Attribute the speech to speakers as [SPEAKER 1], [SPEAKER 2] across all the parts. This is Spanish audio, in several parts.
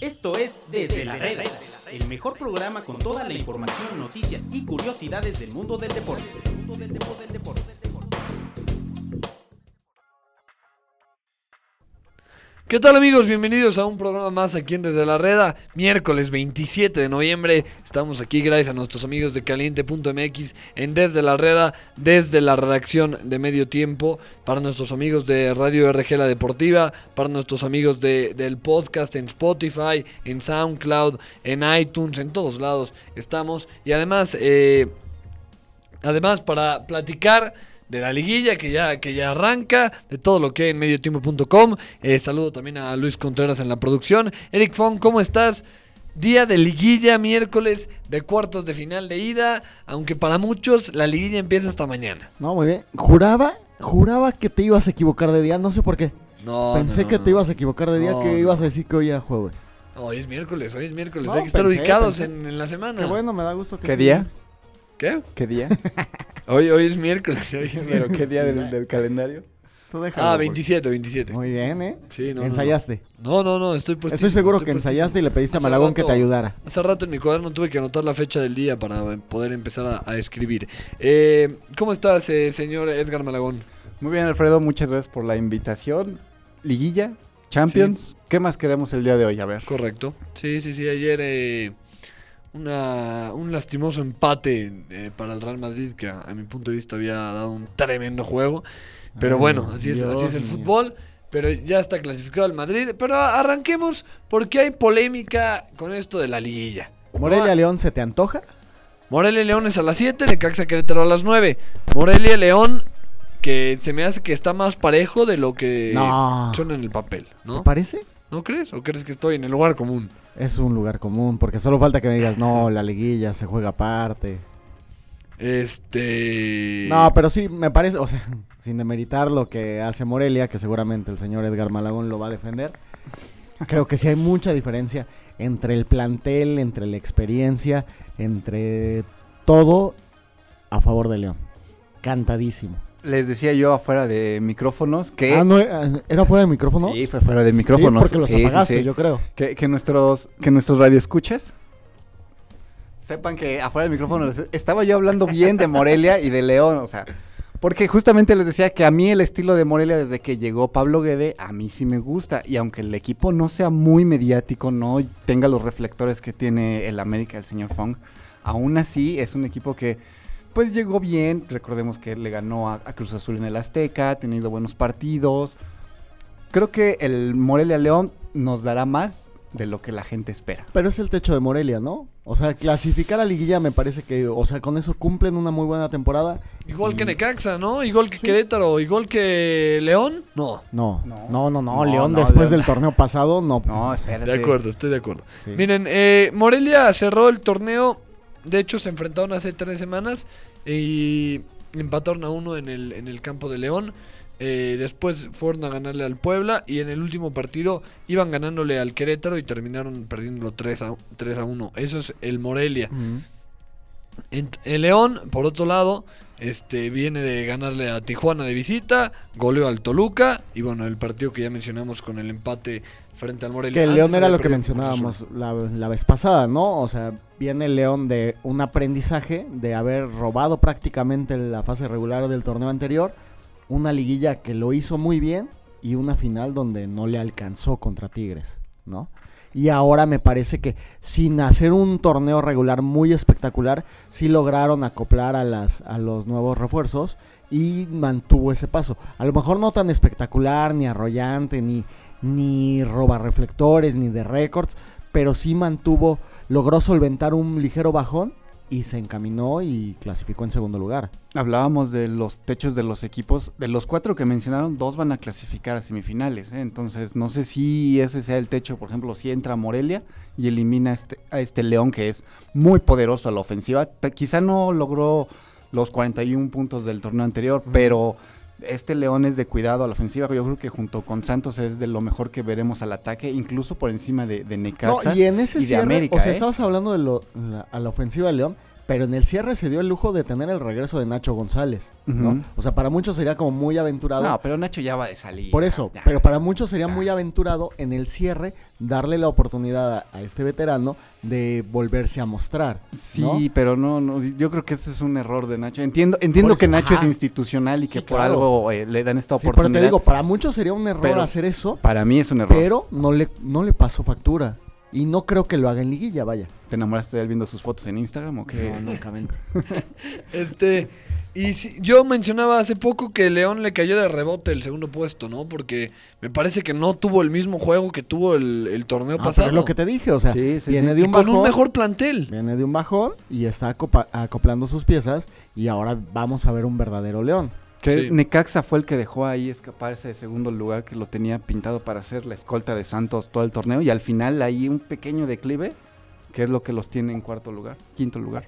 [SPEAKER 1] Esto es Desde la Reda, el mejor programa con toda la información, noticias y curiosidades del mundo del deporte.
[SPEAKER 2] ¿Qué tal amigos? Bienvenidos a un programa más aquí en Desde la Reda, miércoles 27 de noviembre. Estamos aquí gracias a nuestros amigos de caliente.mx en Desde la Reda, desde la redacción de Medio Tiempo, para nuestros amigos de Radio RG La Deportiva, para nuestros amigos de- del podcast en Spotify, en SoundCloud, en iTunes, en todos lados estamos. Y además... eh, Además, para platicar de la liguilla que ya, que ya arranca, de todo lo que hay en mediotiempo.com. Eh, saludo también a Luis Contreras en la producción. Eric Fon, ¿cómo estás? Día de liguilla, miércoles de cuartos de final de ida, aunque para muchos la liguilla empieza hasta mañana.
[SPEAKER 3] No, muy bien. Juraba, juraba que te ibas a equivocar de día, no sé por qué.
[SPEAKER 2] No,
[SPEAKER 3] Pensé
[SPEAKER 2] no, no,
[SPEAKER 3] que te
[SPEAKER 2] no.
[SPEAKER 3] ibas a equivocar de día,
[SPEAKER 2] No, Ah.
[SPEAKER 3] que
[SPEAKER 2] no.
[SPEAKER 3] ibas a decir que hoy era jueves.
[SPEAKER 2] Hoy es miércoles, hoy es miércoles.
[SPEAKER 3] No,
[SPEAKER 2] hay que estar
[SPEAKER 3] pensé,
[SPEAKER 2] ubicados
[SPEAKER 3] pensé.
[SPEAKER 2] en, en la semana.
[SPEAKER 3] Qué bueno, me da gusto que
[SPEAKER 4] ¿Qué
[SPEAKER 3] sí.
[SPEAKER 4] día?
[SPEAKER 2] ¿Qué?
[SPEAKER 4] ¿Qué día?
[SPEAKER 2] Hoy, hoy es miércoles. hoy es
[SPEAKER 4] ¿Pero
[SPEAKER 2] miércoles.
[SPEAKER 4] qué día del, del calendario?
[SPEAKER 3] Tú déjalo,
[SPEAKER 2] Ah,
[SPEAKER 3] porque-
[SPEAKER 2] 27, 27.
[SPEAKER 3] Muy bien, ¿eh?
[SPEAKER 2] Sí, no, no, no.
[SPEAKER 3] ensayaste.
[SPEAKER 2] No, no, no, estoy puesto.
[SPEAKER 3] Estoy seguro que ensayaste y le pediste a
[SPEAKER 2] Hace
[SPEAKER 3] Malagón que te
[SPEAKER 2] rato-
[SPEAKER 3] ayudara.
[SPEAKER 2] Hace rato en mi cuaderno tuve que anotar la fecha del día para em, poder empezar a, a escribir. Eh, ¿Cómo estás, eh, señor Edgar Malagón?
[SPEAKER 4] Muy bien, Alfredo, muchas gracias por la invitación. Liguilla, Champions. ¿Qué más queremos el día de hoy? A ver.
[SPEAKER 2] Correcto. Sí, sí, sí, ayer eh, una, un lastimoso empate eh, para el Real Madrid que a, a mi punto de vista había dado un tremendo juego. Pero
[SPEAKER 3] Ay,
[SPEAKER 2] bueno, así es, así
[SPEAKER 3] Dios
[SPEAKER 2] es el
[SPEAKER 3] mío.
[SPEAKER 2] fútbol. Pero ya está clasificado el Madrid. Pero a- arranquemos porque hay polémica con esto de la liguilla.
[SPEAKER 3] Morelia León, ¿se te antoja?
[SPEAKER 2] Morelia y León es a las 7, Necaxa Querétaro a las 9. Morelia y León, que se me hace que está más parejo de lo que
[SPEAKER 3] No.
[SPEAKER 2] suena en el papel, ¿no?
[SPEAKER 3] ¿Te parece?
[SPEAKER 2] ¿No crees? ¿O crees que estoy en el lugar común?
[SPEAKER 3] Es un lugar común, porque solo falta que me digas, no, la liguilla se juega aparte.
[SPEAKER 2] Este.
[SPEAKER 3] No, pero sí, me parece, o sea, sin demeritar lo que hace Morelia, que seguramente el señor Edgar Malagón lo va a defender, creo que sí hay mucha diferencia entre el plantel, entre la experiencia, entre todo a favor de León. Cantadísimo.
[SPEAKER 4] Les decía yo afuera de micrófonos que.
[SPEAKER 3] Ah, no, eh, ¿Era fuera del micrófono?
[SPEAKER 4] Sí, fue fuera de
[SPEAKER 3] Sí,
[SPEAKER 4] micrófonos.
[SPEAKER 3] porque los
[SPEAKER 4] Sí, sí,
[SPEAKER 3] apagaste,
[SPEAKER 4] sí.
[SPEAKER 3] yo creo.
[SPEAKER 4] Que, que nuestros, que nuestros radioescuchas sepan que afuera del micrófono les- estaba yo hablando bien de Morelia y de León, o sea, porque justamente les decía que a mí el estilo de Morelia desde que llegó Pablo Guede, a mí sí me gusta, y aunque el equipo no sea muy mediático, no tenga los reflectores que tiene el América, el señor Fong, aún así es un equipo que pues llegó bien, recordemos que le ganó a, a Cruz Azul en el Azteca, ha tenido buenos partidos, creo que el Morelia León nos dará más de lo que la gente espera.
[SPEAKER 3] Pero es el techo de Morelia, ¿no? O sea, clasificar a liguilla me parece que, o sea, con eso cumplen una muy buena temporada.
[SPEAKER 2] Igual
[SPEAKER 3] Mm.
[SPEAKER 2] que Necaxa, ¿no? Igual que Querétaro, igual que León. No.
[SPEAKER 3] No,
[SPEAKER 4] No.
[SPEAKER 3] no, no, no,
[SPEAKER 4] No,
[SPEAKER 3] León
[SPEAKER 4] no,
[SPEAKER 3] después
[SPEAKER 4] León.
[SPEAKER 3] del torneo pasado, no.
[SPEAKER 4] No, espérate.
[SPEAKER 2] estoy de acuerdo.
[SPEAKER 3] Sí.
[SPEAKER 2] Miren, eh, Morelia cerró el torneo. De hecho, se enfrentaron hace tres semanas eh, y empataron a uno en el, en el campo de León. Eh, después fueron a ganarle al Puebla y en el último partido iban ganándole al Querétaro y terminaron perdiéndolo 3 a, 3 a 1. Eso es el Morelia.
[SPEAKER 3] Mm.
[SPEAKER 2] En- el León, por otro lado, este viene de ganarle a Tijuana de visita, goleó al Toluca y bueno, el partido que ya mencionamos con el empate frente al Morelia.
[SPEAKER 3] Que el
[SPEAKER 2] Antes
[SPEAKER 3] León era
[SPEAKER 2] había
[SPEAKER 3] lo que
[SPEAKER 2] perdido pues, con Cruz Azul.
[SPEAKER 3] mencionábamos la, la vez pasada, ¿no? O sea, viene el León de un aprendizaje de haber robado prácticamente la fase regular del torneo anterior, una liguilla que lo hizo muy bien y una final donde no le alcanzó contra Tigres, ¿no? Y ahora me parece que sin hacer un torneo regular muy espectacular, sí lograron acoplar a, las, a los nuevos refuerzos y mantuvo ese paso. A lo mejor no tan espectacular, ni arrollante, ni, ni roba reflectores, ni de récords, pero sí mantuvo, logró solventar un ligero bajón y se encaminó y clasificó en segundo lugar.
[SPEAKER 4] Hablábamos de los techos de los equipos. De los cuatro que mencionaron, dos van a clasificar a semifinales. ¿eh? Entonces, no sé si ese sea el techo. Por ejemplo, si entra Morelia y elimina a este, a este León que es muy poderoso a la ofensiva. Ta- quizá no logró los 41 puntos del torneo anterior, pero este León es de cuidado a la ofensiva. Yo creo que junto con Santos es de lo mejor que veremos al ataque, incluso por encima de, de Necaxa.
[SPEAKER 3] No, y en ese
[SPEAKER 4] y de
[SPEAKER 3] cierre,
[SPEAKER 4] América,
[SPEAKER 3] o sea,
[SPEAKER 4] ¿eh?
[SPEAKER 3] estabas hablando de lo- la- a la ofensiva de León, Pero en el cierre se dio el lujo de tener el regreso de Nacho González, ¿no?
[SPEAKER 4] Ujú.
[SPEAKER 3] O sea, para muchos sería como muy aventurado.
[SPEAKER 4] No, pero Nacho ya va de salir.
[SPEAKER 3] Por eso,
[SPEAKER 4] Ya.
[SPEAKER 3] pero para muchos sería
[SPEAKER 4] ya.
[SPEAKER 3] muy aventurado en el cierre darle la oportunidad a, a este veterano de volverse a mostrar. ¿no?
[SPEAKER 4] Sí, pero no, no, yo creo que ese es un error de Nacho. Entiendo, entiendo
[SPEAKER 3] Por
[SPEAKER 4] que
[SPEAKER 3] eso,
[SPEAKER 4] Nacho
[SPEAKER 3] ajá.
[SPEAKER 4] es institucional y que
[SPEAKER 3] Sí,
[SPEAKER 4] por
[SPEAKER 3] claro.
[SPEAKER 4] algo eh, le dan esta
[SPEAKER 3] Sí, pero
[SPEAKER 4] oportunidad.
[SPEAKER 3] te digo, para muchos sería un error
[SPEAKER 4] Pero-
[SPEAKER 3] hacer eso,
[SPEAKER 4] para mí es un error.
[SPEAKER 3] pero no le, no le pasó factura. Y no creo que lo haga en liguilla, vaya.
[SPEAKER 4] ¿Te enamoraste de él viendo sus fotos en Instagram o qué?
[SPEAKER 3] lógicamente.
[SPEAKER 2] Este, y si- yo mencionaba hace poco que León le cayó de rebote el segundo puesto, ¿no? Porque me parece que no tuvo el mismo juego que tuvo el, el torneo pasado.
[SPEAKER 3] Ah, es lo que te dije, o sea,
[SPEAKER 4] Sí, sí,
[SPEAKER 3] viene
[SPEAKER 4] sí.
[SPEAKER 3] de
[SPEAKER 2] Y
[SPEAKER 3] un
[SPEAKER 2] con
[SPEAKER 3] bajón.
[SPEAKER 2] un mejor plantel.
[SPEAKER 3] Viene de un bajón y está acopa- acoplando sus piezas. Y ahora vamos a ver un verdadero león.
[SPEAKER 4] Que
[SPEAKER 2] Sí.
[SPEAKER 4] Necaxa fue el que dejó ahí escaparse de segundo lugar que lo tenía pintado para hacer la escolta de Santos todo el torneo y al final ahí un pequeño declive que es lo que los tiene en cuarto lugar, quinto lugar.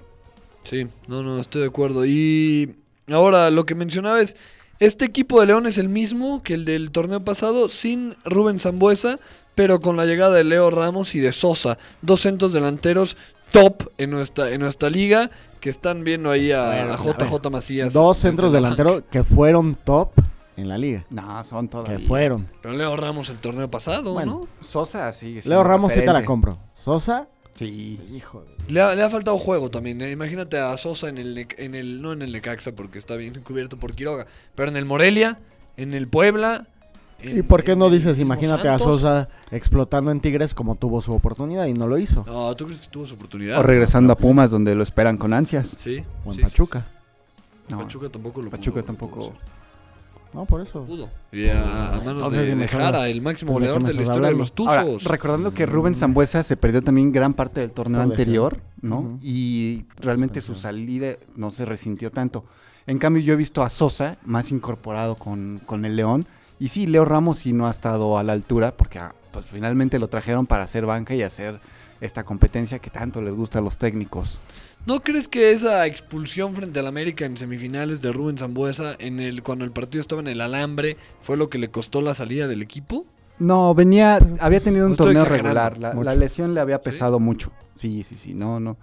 [SPEAKER 2] Sí, no, no, estoy de acuerdo. Y ahora lo que mencionaba es, este equipo de León es el mismo que el del torneo pasado sin Rubén Zambuesa, pero con la llegada de Leo Ramos y de Sosa, dos centros delanteros top en nuestra, en nuestra liga que están viendo ahí a,
[SPEAKER 3] Bueno, pues,
[SPEAKER 2] a
[SPEAKER 3] a
[SPEAKER 2] JJ Macías.
[SPEAKER 3] Dos
[SPEAKER 2] desde
[SPEAKER 3] centros
[SPEAKER 2] la
[SPEAKER 3] delanteros que fueron top en la liga.
[SPEAKER 4] No, son
[SPEAKER 3] Que
[SPEAKER 4] todavía.
[SPEAKER 3] fueron.
[SPEAKER 2] Pero Leo Ramos el torneo pasado,
[SPEAKER 3] Bueno.
[SPEAKER 4] Sosa sigue siendo
[SPEAKER 3] Leo Ramos sí te la
[SPEAKER 4] referente.
[SPEAKER 3] compro. Sosa.
[SPEAKER 4] Sí.
[SPEAKER 3] Hijo
[SPEAKER 2] ¿no? Le ha, le ha faltado juego también. eh. Imagínate a Sosa en el, Nec- en el. No en el Necaxa porque está bien cubierto por Quiroga. Pero en el Morelia, en el Puebla. en-
[SPEAKER 3] ¿Y por qué
[SPEAKER 2] en
[SPEAKER 3] no
[SPEAKER 2] el
[SPEAKER 3] dices,
[SPEAKER 2] mismo
[SPEAKER 3] imagínate a
[SPEAKER 2] Santos?
[SPEAKER 3] Sosa explotando en Tigres como tuvo su oportunidad y no lo hizo?
[SPEAKER 2] No, ¿tú crees que tuvo su oportunidad?
[SPEAKER 4] O regresando a Pumas donde lo esperan con ansias.
[SPEAKER 2] Sí.
[SPEAKER 3] O en
[SPEAKER 2] sí, sí,
[SPEAKER 3] Pachuca.
[SPEAKER 2] sí.
[SPEAKER 4] No,
[SPEAKER 2] Pachuca tampoco lo
[SPEAKER 4] Pachuca
[SPEAKER 2] pudo-
[SPEAKER 4] tampoco.
[SPEAKER 2] lo
[SPEAKER 3] No, por eso.
[SPEAKER 2] Pudo. hacer. Y a, a manos
[SPEAKER 3] Entonces,
[SPEAKER 2] de,
[SPEAKER 3] si me
[SPEAKER 2] de
[SPEAKER 3] estaba-
[SPEAKER 2] Jara, el máximo
[SPEAKER 3] pues, ¿de qué
[SPEAKER 2] goleador
[SPEAKER 3] me
[SPEAKER 2] de la
[SPEAKER 3] estás
[SPEAKER 2] historia de
[SPEAKER 3] hablando?
[SPEAKER 2] los
[SPEAKER 4] Ahora,
[SPEAKER 2] Tuzos.
[SPEAKER 4] recordando que Rubén Zambuesa se perdió también gran parte del torneo
[SPEAKER 3] Por lesión.
[SPEAKER 4] anterior, ¿no?
[SPEAKER 3] Ujú.
[SPEAKER 4] Y realmente su salida no se resintió tanto. En cambio, yo he visto a Sosa más incorporado con, con el León. Y sí, Leo Ramos sí no ha estado a la altura porque ah, pues, finalmente lo trajeron para hacer banca y hacer esta competencia que tanto les gusta a los técnicos.
[SPEAKER 2] ¿No crees que esa expulsión frente al América en semifinales de Rubén Zambuesa, en el, cuando el partido estaba en el alambre, fue lo que le costó la salida del equipo?
[SPEAKER 4] No, venía, había tenido
[SPEAKER 2] no
[SPEAKER 4] un
[SPEAKER 2] estoy
[SPEAKER 4] torneo
[SPEAKER 2] exagerando
[SPEAKER 4] regular. La,
[SPEAKER 3] mucho.
[SPEAKER 4] la lesión le había pesado mucho. Sí, sí, sí, no, no.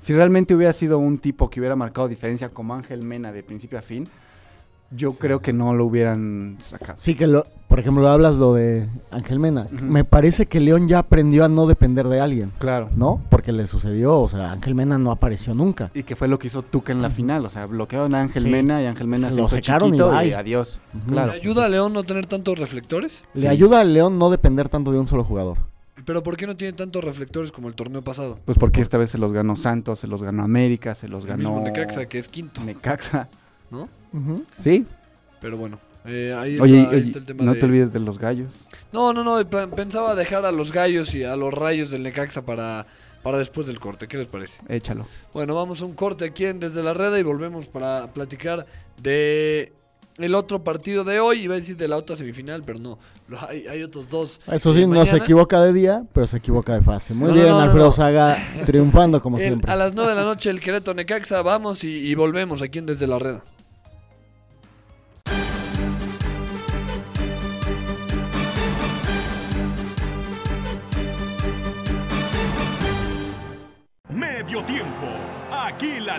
[SPEAKER 4] Si realmente hubiera sido un tipo que hubiera marcado diferencia como Ángel Mena de principio a fin, yo creo que no lo hubieran sacado.
[SPEAKER 3] Sí, que lo, por ejemplo, hablas lo de Ángel Mena.
[SPEAKER 4] Ujú.
[SPEAKER 3] Me parece que León ya aprendió a no depender de alguien,
[SPEAKER 4] Claro.
[SPEAKER 3] ¿no? Porque le sucedió, o sea, Ángel Mena no apareció nunca.
[SPEAKER 4] Y que fue lo que hizo Tuca en la final. O sea, bloquearon a Ángel
[SPEAKER 3] Sí.
[SPEAKER 4] Mena y Ángel Mena
[SPEAKER 3] Se
[SPEAKER 4] se,
[SPEAKER 3] lo
[SPEAKER 4] hizo
[SPEAKER 3] secaron y
[SPEAKER 4] chiquito y,
[SPEAKER 3] bye.
[SPEAKER 4] adiós.
[SPEAKER 3] Ujú.
[SPEAKER 4] Claro.
[SPEAKER 2] ¿Le ayuda a León no tener tantos reflectores?
[SPEAKER 3] Le
[SPEAKER 4] Sí.
[SPEAKER 3] ayuda al León no depender tanto de un solo jugador.
[SPEAKER 2] ¿Pero por qué no tiene tantos reflectores como el torneo pasado?
[SPEAKER 4] Pues porque esta vez se los ganó Santos, se los ganó América, se los
[SPEAKER 2] El mismo
[SPEAKER 4] ganó
[SPEAKER 2] Necaxa, que es quinto,
[SPEAKER 4] Necaxa.
[SPEAKER 2] ¿no?
[SPEAKER 4] Sí.
[SPEAKER 2] Pero bueno, eh, ahí,
[SPEAKER 4] Oye,
[SPEAKER 2] está, ahí
[SPEAKER 4] oye,
[SPEAKER 2] está el tema
[SPEAKER 4] no
[SPEAKER 2] de-
[SPEAKER 4] te olvides de los gallos.
[SPEAKER 2] No, no, no, de plan- pensaba dejar a los gallos y a los rayos del Necaxa para, para después del corte. ¿Qué les parece?
[SPEAKER 4] Échalo.
[SPEAKER 2] Bueno, vamos a un corte aquí en Desde la Reda y volvemos para platicar de el otro partido de hoy. Iba a decir de la otra semifinal, pero no. Lo- hay, hay otros dos.
[SPEAKER 3] Eso
[SPEAKER 2] eh,
[SPEAKER 3] sí, no se
[SPEAKER 2] mañana.
[SPEAKER 3] equivoca de día, pero se equivoca de fase. Muy
[SPEAKER 2] No, no,
[SPEAKER 3] bien,
[SPEAKER 2] no, no,
[SPEAKER 3] Alfredo
[SPEAKER 2] no.
[SPEAKER 3] Saga triunfando como
[SPEAKER 2] El-
[SPEAKER 3] siempre.
[SPEAKER 2] a las 9 de la noche el Querétaro Necaxa. Vamos y, y volvemos aquí en Desde la Reda.
[SPEAKER 5] Medio tiempo. Aquí la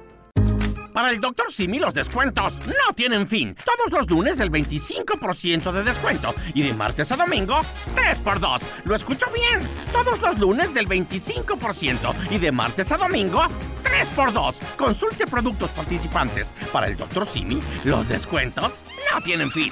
[SPEAKER 6] Para el doctor Simi los descuentos no tienen fin. Todos los lunes el 25% de descuento y de martes a domingo 3x2. Lo escucho bien. Todos los lunes del 25% y de martes a domingo 3x2. Consulte productos participantes. Para el doctor Simi los descuentos no tienen fin.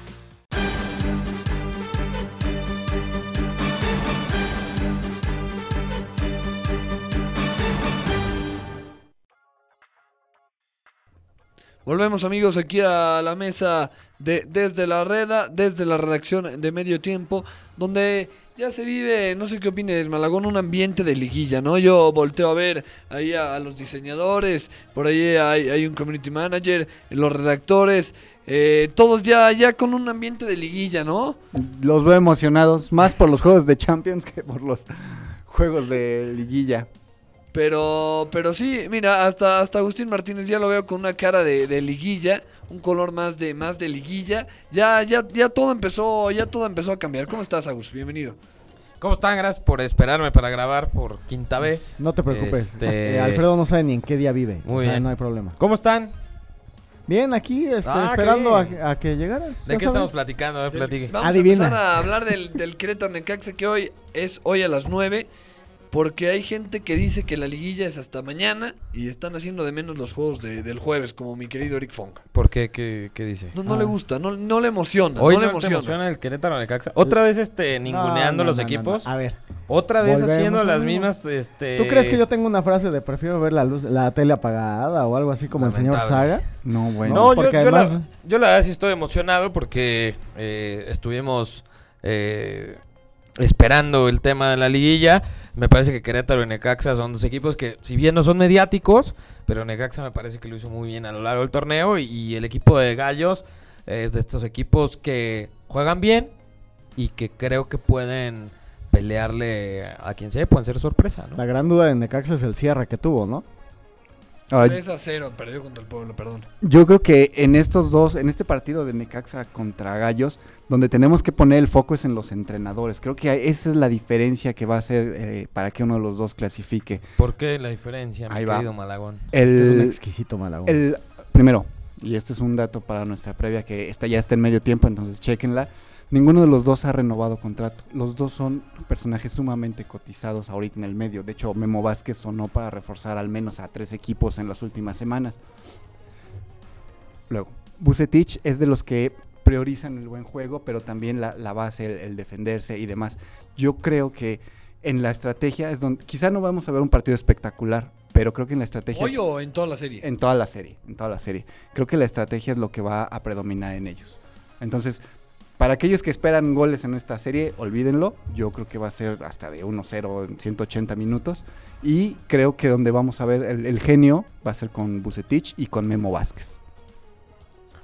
[SPEAKER 2] Volvemos amigos aquí a la mesa de desde la reda, desde la redacción de medio tiempo, donde ya se vive, no sé qué opines, Malagón, un ambiente de liguilla, ¿no? Yo volteo a ver ahí a, a los diseñadores, por ahí hay, hay un community manager, los redactores, eh, todos ya, ya con un ambiente de liguilla, ¿no?
[SPEAKER 4] Los veo emocionados, más por los juegos de Champions que por los juegos de liguilla.
[SPEAKER 2] Pero, pero sí, mira, hasta, hasta Agustín Martínez ya lo veo con una cara de, de liguilla, un color más de, más de liguilla. Ya, ya, ya todo empezó, ya todo empezó a cambiar. ¿Cómo estás, Agus? Bienvenido.
[SPEAKER 7] ¿Cómo están? Gracias por esperarme para grabar por quinta vez.
[SPEAKER 3] No te preocupes.
[SPEAKER 7] Este,
[SPEAKER 3] Eh, Alfredo no sabe ni en qué día vive.
[SPEAKER 7] Muy
[SPEAKER 3] o sea,
[SPEAKER 7] bien.
[SPEAKER 3] no hay problema.
[SPEAKER 7] ¿Cómo están?
[SPEAKER 3] Bien, aquí este,
[SPEAKER 7] Ah, qué
[SPEAKER 3] esperando
[SPEAKER 7] bien.
[SPEAKER 3] a, a que llegaras.
[SPEAKER 7] ¿De
[SPEAKER 3] ya
[SPEAKER 7] qué
[SPEAKER 3] sabes.
[SPEAKER 7] estamos platicando? A ver, platique.
[SPEAKER 2] Vamos
[SPEAKER 3] Adivina.
[SPEAKER 2] a empezar a hablar del, del Querétaro Necaxa que hoy es hoy a las 9. Porque hay gente que dice que la liguilla es hasta mañana y están haciendo de menos los juegos de- del jueves, como mi querido Eric Fonca.
[SPEAKER 7] ¿Por qué? ¿Qué, qué dice?
[SPEAKER 2] No, no le gusta, no, no le emociona,
[SPEAKER 7] Hoy
[SPEAKER 2] no
[SPEAKER 7] no,
[SPEAKER 2] le
[SPEAKER 7] te
[SPEAKER 2] emociona.
[SPEAKER 7] emociona el Querétaro Necaxa. Otra vez este
[SPEAKER 3] No,
[SPEAKER 7] ninguneando
[SPEAKER 3] no,
[SPEAKER 7] los
[SPEAKER 3] no, no,
[SPEAKER 7] equipos.
[SPEAKER 3] no. A ver,
[SPEAKER 7] Otra vez
[SPEAKER 3] Volvemos
[SPEAKER 7] haciendo
[SPEAKER 3] a
[SPEAKER 7] las
[SPEAKER 3] lo mismo.
[SPEAKER 7] mismas este
[SPEAKER 3] ¿tú crees que yo tengo una frase de prefiero ver la luz, la tele apagada o algo así como el señor
[SPEAKER 7] Lamentable.
[SPEAKER 3] Saga?
[SPEAKER 4] No, bueno.
[SPEAKER 7] No, yo,
[SPEAKER 3] porque
[SPEAKER 7] yo la,
[SPEAKER 3] además-
[SPEAKER 7] yo la verdad sí estoy emocionado porque eh, estuvimos eh, esperando el tema de la liguilla. Me parece que Querétaro y Necaxa son dos equipos que, si bien no son mediáticos, pero Necaxa me parece que lo hizo muy bien a lo largo del torneo. Y, y el equipo de Gallos es de estos equipos que juegan bien y que creo que pueden pelearle a quien sea, pueden ser sorpresa, ¿no?
[SPEAKER 3] La gran duda de Necaxa es el cierre que tuvo, ¿no?
[SPEAKER 4] Ahora,
[SPEAKER 2] 3 a 0, perdió contra el pueblo, perdón.
[SPEAKER 4] Ah, yo creo que en estos dos, en este partido de Necaxa contra Gallos, donde tenemos que poner el foco es en los entrenadores. Creo que esa es la diferencia que va a hacer eh, para que uno de los dos clasifique.
[SPEAKER 7] ¿Por qué la diferencia, mi
[SPEAKER 4] Ahí va.
[SPEAKER 7] querido Malagón?
[SPEAKER 3] Es un
[SPEAKER 4] El,
[SPEAKER 3] exquisito Malagón.
[SPEAKER 4] Eh, El primero, y este es un dato para nuestra previa que está, ya está en medio tiempo, entonces chequenla. Ninguno de los dos ha renovado contrato. Los dos son personajes sumamente cotizados ahorita en el medio. De hecho, Memo Vázquez sonó para reforzar al menos a tres equipos en las últimas semanas. Luego, Bucetich es de los que priorizan el buen juego, pero también la, la base, el, el defenderse y demás. Yo creo que en la estrategia es donde. Quizá no vamos a ver un partido espectacular, pero creo que en la estrategia.
[SPEAKER 2] ¿Hoy o en toda la serie?
[SPEAKER 4] En toda la serie, en toda la serie. Creo que la estrategia es lo que va a predominar en ellos. Entonces, para aquellos que esperan goles en esta serie, olvídenlo. Yo creo que va a ser hasta de 1-0 en 180 minutos. Y creo que donde vamos a ver el, el genio va a ser con Bucetich y con Memo Vázquez.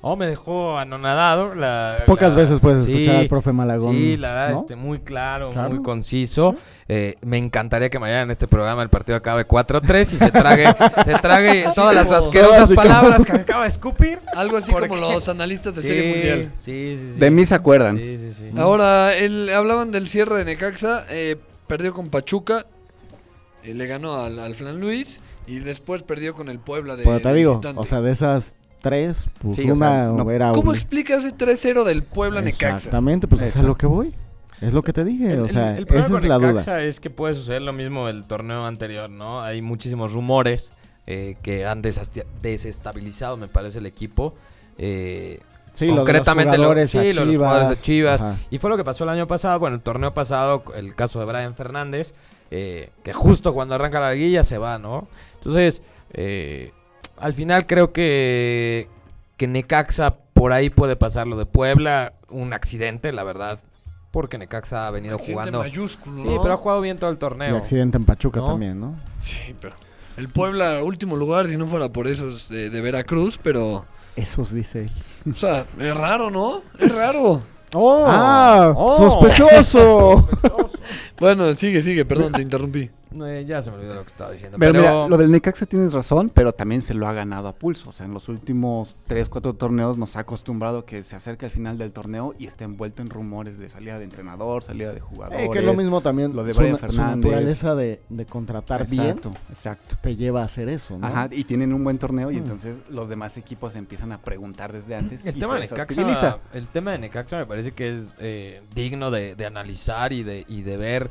[SPEAKER 7] Oh, me dejó anonadado. La,
[SPEAKER 3] Pocas
[SPEAKER 7] la-
[SPEAKER 3] veces puedes escuchar
[SPEAKER 7] Sí,
[SPEAKER 3] al profe Malagón.
[SPEAKER 7] Sí, la verdad,
[SPEAKER 3] ¿no?
[SPEAKER 7] este, muy claro,
[SPEAKER 3] Claro.
[SPEAKER 7] muy conciso. Eh, me encantaría que mañana en este programa el partido acabe 4-3 y se trague, se trague todas las
[SPEAKER 2] como-
[SPEAKER 7] asquerosas
[SPEAKER 4] así como-
[SPEAKER 7] palabras que acaba de escupir.
[SPEAKER 2] Algo así
[SPEAKER 7] ¿Por
[SPEAKER 2] como
[SPEAKER 7] qué?
[SPEAKER 2] los analistas de
[SPEAKER 7] Sí,
[SPEAKER 2] serie mundial.
[SPEAKER 7] Sí, sí, sí.
[SPEAKER 4] De mí se acuerdan.
[SPEAKER 7] Sí, sí, sí.
[SPEAKER 2] Ahora, el- hablaban del cierre de Necaxa, eh, perdió con Pachuca, eh, le ganó al, al Flan Luis y después perdió con el Puebla de,
[SPEAKER 3] Pero te
[SPEAKER 2] de
[SPEAKER 3] digo,
[SPEAKER 2] visitante.
[SPEAKER 3] o sea, de esas tres, pues
[SPEAKER 4] Sí, o
[SPEAKER 3] una
[SPEAKER 4] sea, no-
[SPEAKER 3] era
[SPEAKER 2] ¿Cómo
[SPEAKER 3] un-
[SPEAKER 2] explica ese 3-0 del Puebla Necaxa?
[SPEAKER 3] Exactamente, pues es a
[SPEAKER 4] Exacto.
[SPEAKER 3] lo que voy. Es lo que te dije,
[SPEAKER 7] El-
[SPEAKER 3] o
[SPEAKER 7] el-
[SPEAKER 3] sea,
[SPEAKER 7] el problema
[SPEAKER 3] esa es
[SPEAKER 7] con
[SPEAKER 3] la
[SPEAKER 7] Necaxa
[SPEAKER 3] duda.
[SPEAKER 7] es que puede suceder lo mismo del torneo anterior, ¿no? Hay muchísimos rumores eh, que han desastia- desestabilizado, me parece, el equipo. Eh,
[SPEAKER 3] Sí, lo de los
[SPEAKER 7] concretamente lo-
[SPEAKER 3] jugadores a
[SPEAKER 7] sí, lo de los jugadores a Chivas.
[SPEAKER 3] ajá.
[SPEAKER 7] Y fue lo que pasó el año pasado, bueno, el torneo pasado, el caso de Brian Fernández, eh, que justo cuando arranca la liguilla se va, ¿no? Entonces, eh, al final creo que, que Necaxa por ahí puede pasar lo de Puebla, un accidente, la verdad, porque Necaxa ha venido
[SPEAKER 2] Accidente
[SPEAKER 7] jugando...
[SPEAKER 2] mayúsculo,
[SPEAKER 7] Sí,
[SPEAKER 2] ¿no?
[SPEAKER 7] pero ha jugado bien todo el
[SPEAKER 3] Y
[SPEAKER 7] torneo.
[SPEAKER 3] accidente en Pachuca
[SPEAKER 7] ¿No?
[SPEAKER 3] también, ¿no?
[SPEAKER 2] Sí, pero el Puebla, último lugar, si no fuera por esos eh, de Veracruz, pero...
[SPEAKER 3] Esos dice él.
[SPEAKER 2] O sea, es raro, ¿no? Es raro.
[SPEAKER 7] ¡Oh!
[SPEAKER 3] ¡Ah!
[SPEAKER 7] ¡Oh!
[SPEAKER 3] ¡Sospechoso!
[SPEAKER 2] Bueno, sigue, sigue, perdón, te interrumpí.
[SPEAKER 7] Eh, ya se me olvidó lo que estaba diciendo.
[SPEAKER 4] Pero,
[SPEAKER 7] Pero,
[SPEAKER 4] mira, lo del Necaxa tienes razón, pero también se lo ha ganado a pulso. O sea, en los últimos 3, 4 torneos nos ha acostumbrado que se acerca el final del torneo y está envuelto en rumores de salida de entrenador, salida de jugadores.
[SPEAKER 3] Eh, que es lo mismo también.
[SPEAKER 4] lo de
[SPEAKER 3] su,
[SPEAKER 4] Brian
[SPEAKER 3] na- su
[SPEAKER 4] Fernández.
[SPEAKER 3] naturaleza de, de contratar
[SPEAKER 4] Exacto,
[SPEAKER 3] bien
[SPEAKER 4] exacto.
[SPEAKER 3] te lleva a hacer eso, ¿no?
[SPEAKER 4] Ajá, y tienen un buen torneo y
[SPEAKER 3] Mm.
[SPEAKER 4] entonces los demás equipos empiezan a preguntar desde antes.
[SPEAKER 7] el
[SPEAKER 4] y
[SPEAKER 7] tema,
[SPEAKER 4] se
[SPEAKER 7] de Necaxa,
[SPEAKER 4] desestabiliza.
[SPEAKER 7] el tema de Necaxa me parece que es eh, digno de, de analizar y de, y de ver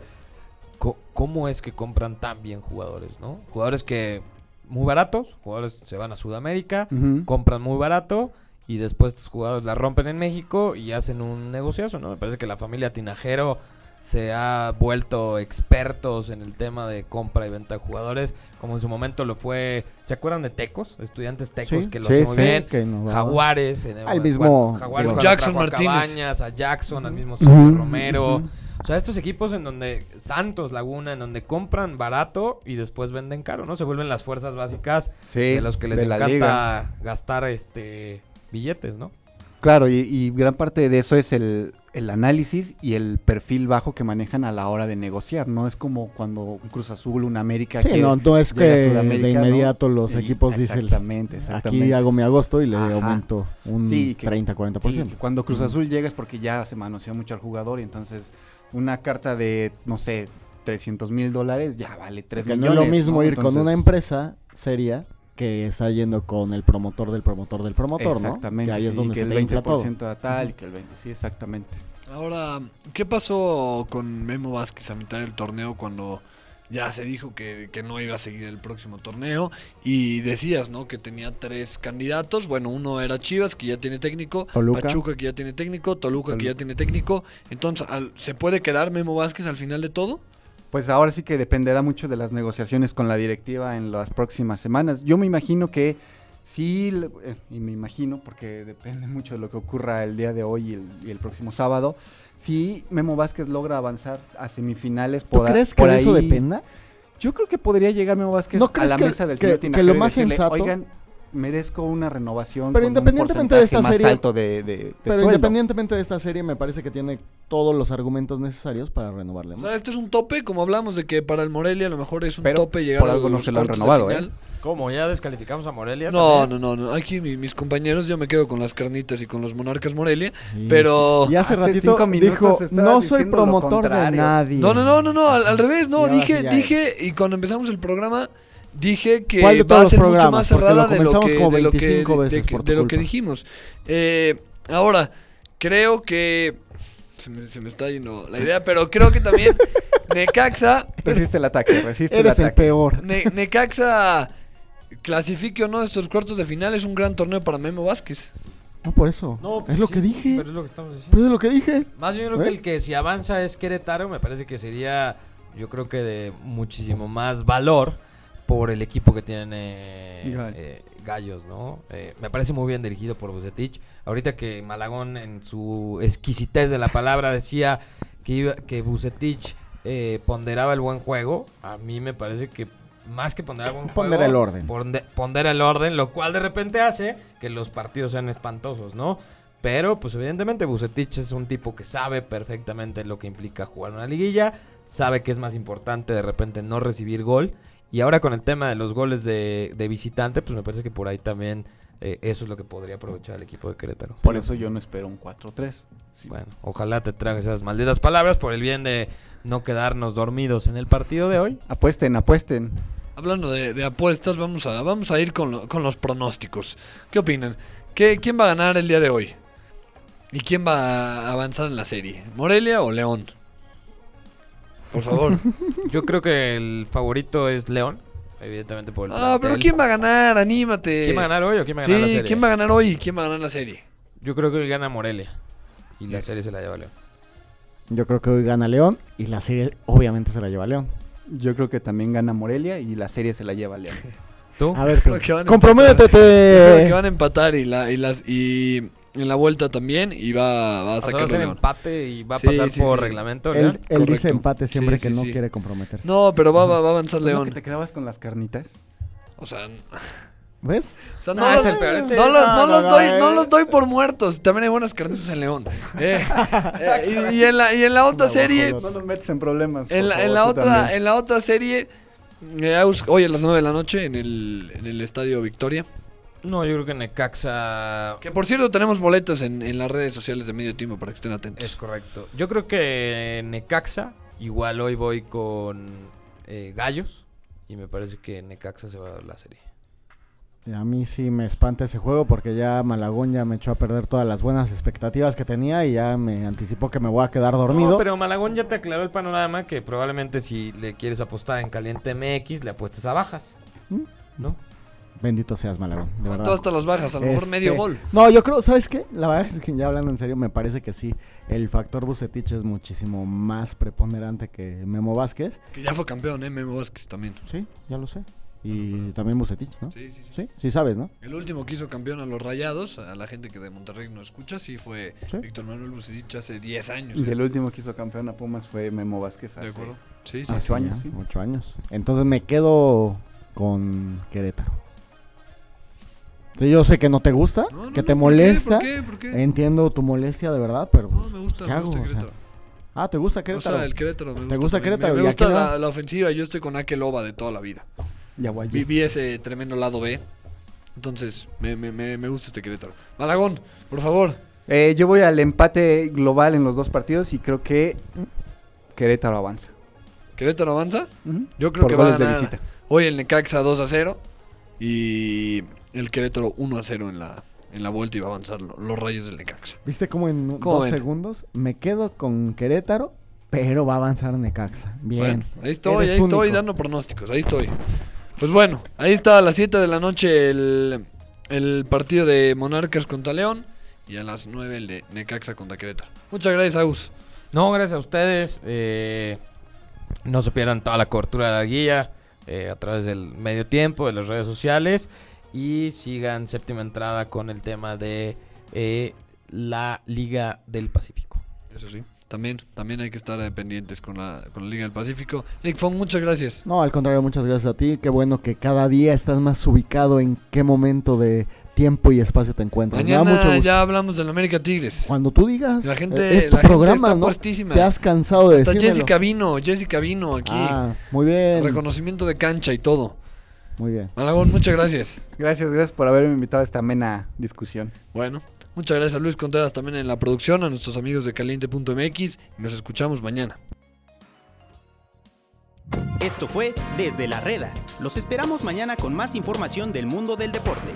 [SPEAKER 7] co- cómo es que compran tan bien jugadores, ¿no? Jugadores que muy baratos, jugadores se van a Sudamérica,
[SPEAKER 4] Ujú.
[SPEAKER 7] compran muy barato y después estos jugadores la rompen en México y hacen un negociazo, ¿no? Me parece que la familia Tinajero se ha vuelto expertos en el tema de compra y venta de jugadores, como en su momento lo fue, ¿se acuerdan de Tecos? Estudiantes Tecos
[SPEAKER 3] Sí,
[SPEAKER 7] que lo
[SPEAKER 4] sí,
[SPEAKER 7] hace muy
[SPEAKER 4] sí,
[SPEAKER 7] bien.
[SPEAKER 3] que innovador.
[SPEAKER 7] Jaguares, en
[SPEAKER 4] Al mismo-
[SPEAKER 7] cuando- Jaguares
[SPEAKER 4] digo,
[SPEAKER 7] cuando
[SPEAKER 2] Jackson
[SPEAKER 7] trajo a
[SPEAKER 2] Martínez.
[SPEAKER 7] Cabañas, a Jackson, al mismo
[SPEAKER 4] Ujú,
[SPEAKER 7] Sergio Romero.
[SPEAKER 4] ujú.
[SPEAKER 7] O sea, estos equipos en donde Santos, Laguna, en donde compran barato y después venden caro, ¿no? Se vuelven las fuerzas básicas
[SPEAKER 4] Sí,
[SPEAKER 7] de los que les
[SPEAKER 4] de la
[SPEAKER 7] encanta gastar este billetes, ¿no?
[SPEAKER 4] Claro, y, y gran parte de eso es el, el análisis y el perfil bajo que manejan a la hora de negociar. No es como cuando un Cruz Azul, una América.
[SPEAKER 3] Sí,
[SPEAKER 4] quiere-
[SPEAKER 3] no, no es que
[SPEAKER 4] llega a
[SPEAKER 3] de
[SPEAKER 4] Sudamérica, ¿no?
[SPEAKER 3] inmediato los
[SPEAKER 4] Y-
[SPEAKER 3] equipos dicen
[SPEAKER 4] Exactamente,
[SPEAKER 3] aquí
[SPEAKER 4] exactamente.
[SPEAKER 3] hago mi agosto y le
[SPEAKER 4] Ajá.
[SPEAKER 3] aumento un
[SPEAKER 4] Sí, que-
[SPEAKER 3] 30-40%.
[SPEAKER 4] Sí, que cuando Cruz Azul llega es porque ya se manoseó mucho al jugador y entonces una carta de, no sé, 300 mil dólares ya vale 3
[SPEAKER 3] que no
[SPEAKER 4] millones.
[SPEAKER 3] es lo mismo ir con
[SPEAKER 4] Entonces,
[SPEAKER 3] una empresa seria que estar yendo con el promotor del promotor del promotor, ¿no?
[SPEAKER 4] Exactamente.
[SPEAKER 3] Que ahí es
[SPEAKER 4] sí,
[SPEAKER 3] donde
[SPEAKER 4] que
[SPEAKER 3] se te
[SPEAKER 4] el
[SPEAKER 3] infla todo.
[SPEAKER 4] 20% a tal y que el 20%. Sí, exactamente.
[SPEAKER 2] Ahora, ¿qué pasó con Memo Vázquez a mitad del torneo cuando ya se dijo que, que no iba a seguir el próximo torneo? Y decías, ¿no? Que tenía tres candidatos. Bueno, uno era Chivas, que ya tiene técnico.
[SPEAKER 3] Toluca.
[SPEAKER 2] Pachuca, que ya tiene técnico. Toluca, que ya tiene técnico. Entonces, al- ¿se puede quedar Memo Vázquez al final de todo?
[SPEAKER 4] Pues ahora sí que dependerá mucho de las negociaciones con la directiva en las próximas semanas. Yo me imagino que sí, le- eh, y me imagino porque depende mucho de lo que ocurra el día de hoy y el, y el próximo sábado, si Memo Vázquez logra avanzar a semifinales,
[SPEAKER 3] ¿Tú
[SPEAKER 4] poda-
[SPEAKER 3] crees que
[SPEAKER 4] por
[SPEAKER 3] de eso
[SPEAKER 4] ahí-
[SPEAKER 3] dependa?
[SPEAKER 4] Yo creo que podría llegar Memo Vázquez
[SPEAKER 3] ¿No
[SPEAKER 4] a
[SPEAKER 3] crees
[SPEAKER 4] la
[SPEAKER 3] que-
[SPEAKER 4] mesa del
[SPEAKER 3] que-
[SPEAKER 4] señor
[SPEAKER 3] que lo
[SPEAKER 4] Tinajero y
[SPEAKER 3] más
[SPEAKER 4] decirle,
[SPEAKER 3] sensato-
[SPEAKER 4] Oigan, merezco una renovación
[SPEAKER 3] Pero
[SPEAKER 4] con
[SPEAKER 3] independientemente
[SPEAKER 4] un
[SPEAKER 3] de esta
[SPEAKER 4] porcentaje más
[SPEAKER 3] serie-
[SPEAKER 4] alto de, de- de
[SPEAKER 3] Pero
[SPEAKER 4] sueldo".
[SPEAKER 3] independientemente de esta serie, me parece que tiene todos los argumentos necesarios para renovarle.
[SPEAKER 2] O
[SPEAKER 3] ¿no?
[SPEAKER 2] sea, este es un tope, como hablamos de que para el Morelia a lo mejor es un
[SPEAKER 4] Pero
[SPEAKER 2] tope llegar
[SPEAKER 4] por algo
[SPEAKER 2] a
[SPEAKER 4] no
[SPEAKER 2] los
[SPEAKER 4] se lo han
[SPEAKER 2] cuartos de
[SPEAKER 4] renovado, ¿eh?
[SPEAKER 2] final.
[SPEAKER 7] ¿Cómo? ¿Ya descalificamos a Morelia?
[SPEAKER 2] No,
[SPEAKER 7] también?
[SPEAKER 2] no, no, no. Aquí mi- mis compañeros, yo me quedo con las carnitas y con los monarcas Morelia.
[SPEAKER 3] Sí.
[SPEAKER 2] Pero.
[SPEAKER 3] Y hace,
[SPEAKER 4] Hace
[SPEAKER 3] ratito
[SPEAKER 4] cinco minutos
[SPEAKER 3] dijo,
[SPEAKER 4] estabas
[SPEAKER 3] no soy
[SPEAKER 4] diciendo lo
[SPEAKER 3] promotor de
[SPEAKER 4] contrario".
[SPEAKER 3] nadie.
[SPEAKER 2] No, no, no, no, no, al, al revés, no,
[SPEAKER 3] Y ahora
[SPEAKER 2] dije,
[SPEAKER 3] sí ya
[SPEAKER 2] dije, y cuando empezamos el programa, dije que
[SPEAKER 3] ¿Cuál de
[SPEAKER 2] va a
[SPEAKER 3] todos
[SPEAKER 2] ser
[SPEAKER 3] los
[SPEAKER 2] mucho
[SPEAKER 3] programas?
[SPEAKER 2] más
[SPEAKER 3] Porque lo
[SPEAKER 2] cerrada de lo
[SPEAKER 3] comenzamos
[SPEAKER 2] que,
[SPEAKER 3] como
[SPEAKER 2] de lo que-
[SPEAKER 3] 25
[SPEAKER 2] de-
[SPEAKER 3] veces
[SPEAKER 2] de-
[SPEAKER 3] por tu
[SPEAKER 2] de lo que
[SPEAKER 3] culpa.
[SPEAKER 2] dijimos. Eh, ahora, creo que se me, se me está yendo la idea, pero creo que también Necaxa,
[SPEAKER 4] Resiste el ataque, resiste
[SPEAKER 3] Eres
[SPEAKER 4] el
[SPEAKER 3] el
[SPEAKER 4] ataque.
[SPEAKER 3] peor.
[SPEAKER 2] Ne- Necaxa clasifique o no estos cuartos de final, es un gran torneo para Memo Vázquez.
[SPEAKER 3] No, por eso.
[SPEAKER 7] No, pues
[SPEAKER 3] es lo
[SPEAKER 7] sí,
[SPEAKER 3] que dije.
[SPEAKER 7] Pero es lo que estamos diciendo.
[SPEAKER 3] Pero es lo que dije.
[SPEAKER 7] Más bien yo creo que
[SPEAKER 3] ¿Ves?
[SPEAKER 7] el que si avanza es Querétaro, me parece que sería, yo creo que de muchísimo más valor por el equipo que tienen eh,
[SPEAKER 4] Gallos.
[SPEAKER 7] eh, Gallos, ¿no? Eh, me parece muy bien dirigido por Bucetich. Ahorita que Malagón en su exquisitez de la palabra decía que, iba, que Bucetich eh, ponderaba el buen juego, a mí me parece que más que ponderar el buen
[SPEAKER 3] Pondera
[SPEAKER 7] juego,
[SPEAKER 3] el orden.
[SPEAKER 7] ponde- pondera el orden, lo cual de repente hace que los partidos sean espantosos, ¿no? Pero, pues evidentemente, Bucetich es un tipo que sabe perfectamente lo que implica jugar una liguilla, sabe que es más importante de repente no recibir gol. Y ahora con el tema de los goles de, de visitante, pues me parece que por ahí también eh, eso es lo que podría aprovechar el equipo de Querétaro.
[SPEAKER 4] Por eso yo no espero un 4-3. Sí.
[SPEAKER 7] Bueno, ojalá te tragas esas malditas palabras por el bien de no quedarnos dormidos en el partido de hoy.
[SPEAKER 4] Apuesten, apuesten.
[SPEAKER 2] Hablando de, de apuestas, vamos a, vamos a ir con, lo- con los pronósticos. ¿Qué opinan? ¿Qué, ¿Quién va a ganar el día de hoy? ¿Y quién va a avanzar en la serie? ¿Morelia o León? Por favor.
[SPEAKER 7] Yo creo que el favorito es León, evidentemente por el
[SPEAKER 2] ah, pero
[SPEAKER 7] plantel.
[SPEAKER 2] ¿quién va a ganar? Anímate.
[SPEAKER 7] Pues ¿Quién va a ganar hoy o quién va a ganar la
[SPEAKER 2] sí,
[SPEAKER 7] serie?
[SPEAKER 2] ¿quién va a ganar hoy y quién va a ganar la serie?
[SPEAKER 7] Yo creo que hoy gana Morelia y la serie se la lleva León.
[SPEAKER 3] Yo creo que hoy gana León y la serie obviamente se la lleva León.
[SPEAKER 4] Yo creo que también gana Morelia y la serie se la lleva León.
[SPEAKER 7] ¿Tú?
[SPEAKER 3] A ver,
[SPEAKER 2] Creo que van a
[SPEAKER 3] comprométete.
[SPEAKER 2] Creo que van a empatar y, la, y, las, y en la vuelta también y va, va a
[SPEAKER 7] O sea, va
[SPEAKER 2] sacar
[SPEAKER 7] a ser
[SPEAKER 2] León.
[SPEAKER 7] empate y va a
[SPEAKER 2] Sí,
[SPEAKER 7] pasar
[SPEAKER 2] sí,
[SPEAKER 7] por
[SPEAKER 2] sí.
[SPEAKER 7] reglamento
[SPEAKER 3] Él,
[SPEAKER 7] León.
[SPEAKER 3] él
[SPEAKER 2] Correcto.
[SPEAKER 3] dice empate siempre
[SPEAKER 2] Sí,
[SPEAKER 3] que
[SPEAKER 2] sí,
[SPEAKER 3] no
[SPEAKER 2] sí.
[SPEAKER 3] quiere comprometerse.
[SPEAKER 2] No, pero va, va, va a avanzar León.
[SPEAKER 4] que te quedabas con las carnitas?
[SPEAKER 2] O sea, n-
[SPEAKER 3] ¿Ves?
[SPEAKER 2] o sea,
[SPEAKER 7] No,
[SPEAKER 2] no, los-
[SPEAKER 7] es el peor, es el-
[SPEAKER 2] no los-
[SPEAKER 7] no,
[SPEAKER 2] no
[SPEAKER 7] no,
[SPEAKER 2] los
[SPEAKER 7] no,
[SPEAKER 2] doy,
[SPEAKER 7] eh.
[SPEAKER 2] no los doy por muertos. También hay buenas carnitas en León. Eh, eh, y, y en la, y en la otra serie,
[SPEAKER 4] No nos metes en problemas. por
[SPEAKER 2] en la, en
[SPEAKER 4] favor,
[SPEAKER 2] la
[SPEAKER 4] tú
[SPEAKER 2] otra,
[SPEAKER 4] también.
[SPEAKER 2] en la otra serie, eh, aus- hoy a las 9 de la noche en el, en el Estadio Victoria.
[SPEAKER 7] No, yo creo que Necaxa
[SPEAKER 2] Que por cierto tenemos boletos en, en las redes sociales de medio tiempo para que estén atentos.
[SPEAKER 7] es correcto. Yo creo que Necaxa, igual hoy voy con eh, Gallos y me parece que Necaxa se va a dar la serie.
[SPEAKER 3] A mí sí me espanta ese juego porque ya Malagón ya me echó a perder todas las buenas expectativas que tenía y ya me anticipó que me voy a quedar dormido.
[SPEAKER 7] No, pero Malagón ya te aclaró el panorama que probablemente si le quieres apostar en Caliente MX, le apuestas a bajas.
[SPEAKER 3] ¿Mm?
[SPEAKER 7] ¿No?
[SPEAKER 3] Bendito seas, Malagón. De verdad.
[SPEAKER 2] Tú hasta las bajas, a lo mejor
[SPEAKER 3] Este,
[SPEAKER 2] medio gol.
[SPEAKER 3] No, yo creo, ¿sabes qué? La verdad es que ya hablando en serio, me parece que sí. El factor Bucetich es muchísimo más preponderante que Memo Vázquez.
[SPEAKER 2] Que ya fue campeón, ¿eh? Memo Vázquez también.
[SPEAKER 3] Sí, ya lo sé. Y también Bucetich, ¿no?
[SPEAKER 2] Sí, sí, sí.
[SPEAKER 3] Sí, sí sabes, ¿no?
[SPEAKER 2] El último que hizo campeón a los Rayados, a la gente que de Monterrey no escucha, sí fue
[SPEAKER 3] Sí.
[SPEAKER 2] Víctor Manuel Bucetich hace 10 años. ¿eh?
[SPEAKER 4] Y el último que hizo campeón a Pumas fue Memo Vázquez.
[SPEAKER 2] ¿De
[SPEAKER 4] hace-
[SPEAKER 2] acuerdo? Sí, sí.
[SPEAKER 4] Ocho
[SPEAKER 3] Así,
[SPEAKER 4] años,
[SPEAKER 3] ¿no?
[SPEAKER 4] sí.
[SPEAKER 3] Ocho años. Entonces me quedo con Querétaro. Sí, yo sé que no te gusta,
[SPEAKER 2] No, no,
[SPEAKER 3] que
[SPEAKER 2] no,
[SPEAKER 3] te
[SPEAKER 2] ¿por qué?
[SPEAKER 3] molesta.
[SPEAKER 2] ¿Por qué? ¿Por qué?
[SPEAKER 3] Entiendo tu molestia de verdad, pero
[SPEAKER 2] No,
[SPEAKER 3] pues,
[SPEAKER 2] me gusta,
[SPEAKER 3] ¿qué
[SPEAKER 2] me
[SPEAKER 3] hago?
[SPEAKER 2] gusta
[SPEAKER 3] O sea,
[SPEAKER 2] Querétaro.
[SPEAKER 3] ah, ¿te gusta Querétaro?
[SPEAKER 2] O sea, el Querétaro me
[SPEAKER 3] ¿Te
[SPEAKER 2] gusta.
[SPEAKER 3] gusta
[SPEAKER 2] también.
[SPEAKER 3] Querétaro?
[SPEAKER 2] Me, me
[SPEAKER 3] ¿Y a
[SPEAKER 2] gusta
[SPEAKER 3] quién le
[SPEAKER 2] la,
[SPEAKER 3] va?
[SPEAKER 2] la ofensiva. Yo estoy con Akel Oba de toda la vida.
[SPEAKER 4] Yaguayé.
[SPEAKER 2] Vi, vi ese tremendo lado B. Entonces, me, me, me, me gusta este Querétaro. Malagón, por favor.
[SPEAKER 4] Eh, yo voy al empate global en los dos partidos y creo que Querétaro avanza.
[SPEAKER 2] ¿Querétaro avanza?
[SPEAKER 4] Ujú.
[SPEAKER 2] Yo creo
[SPEAKER 4] Por
[SPEAKER 2] que va a
[SPEAKER 4] goles de
[SPEAKER 2] ganar
[SPEAKER 4] visita.
[SPEAKER 2] hoy el Necaxa 2 a 0 y el Querétaro 1 a 0 en la, en la vuelta y va a avanzar lo- los rayos del Necaxa.
[SPEAKER 3] ¿Viste cómo en
[SPEAKER 2] ¿Cómo
[SPEAKER 3] dos
[SPEAKER 2] ven?
[SPEAKER 3] segundos me quedo con Querétaro, pero va a avanzar Necaxa? Bien.
[SPEAKER 2] Bueno, ahí estoy,
[SPEAKER 3] Eres
[SPEAKER 2] ahí estoy
[SPEAKER 3] único.
[SPEAKER 2] dando pronósticos, ahí estoy. Pues bueno, ahí está a las 7 de la noche el, el partido de Monarcas contra León y a las 9 el de Necaxa contra Querétaro. Muchas gracias, Agus.
[SPEAKER 7] No, gracias a ustedes. eh, no se pierdan toda la cobertura de la guía eh, a través del medio tiempo, de las redes sociales. Y sigan séptima entrada con el tema de eh, la Liga del Pacífico.
[SPEAKER 2] Eso sí. También, también hay que estar eh, pendientes con la, con la Liga del Pacífico. Nick Fong, muchas gracias.
[SPEAKER 3] No, al contrario, muchas gracias a ti. Qué bueno que cada día estás más ubicado en qué momento de tiempo y espacio te encuentras. Me da mucho
[SPEAKER 2] Mañana
[SPEAKER 3] gusto.
[SPEAKER 2] ya hablamos del América Tigres.
[SPEAKER 3] Cuando tú digas,
[SPEAKER 2] La gente,
[SPEAKER 3] eh, es tu
[SPEAKER 2] la gente
[SPEAKER 3] programa,
[SPEAKER 2] está
[SPEAKER 3] ¿no?
[SPEAKER 2] puestísima.
[SPEAKER 3] Te has cansado de
[SPEAKER 2] Hasta
[SPEAKER 3] decírmelo.
[SPEAKER 2] Jessica vino, Jessica vino aquí.
[SPEAKER 3] Ah, muy bien.
[SPEAKER 2] Reconocimiento de cancha y todo.
[SPEAKER 3] Muy bien.
[SPEAKER 2] Malagón, muchas gracias.
[SPEAKER 4] Gracias, gracias por haberme invitado a esta amena discusión.
[SPEAKER 2] Bueno, muchas gracias a Luis Contreras también en la producción, a nuestros amigos de caliente.mx. Nos escuchamos mañana.
[SPEAKER 1] Esto fue Desde la Reda. Los esperamos mañana con más información del mundo del deporte.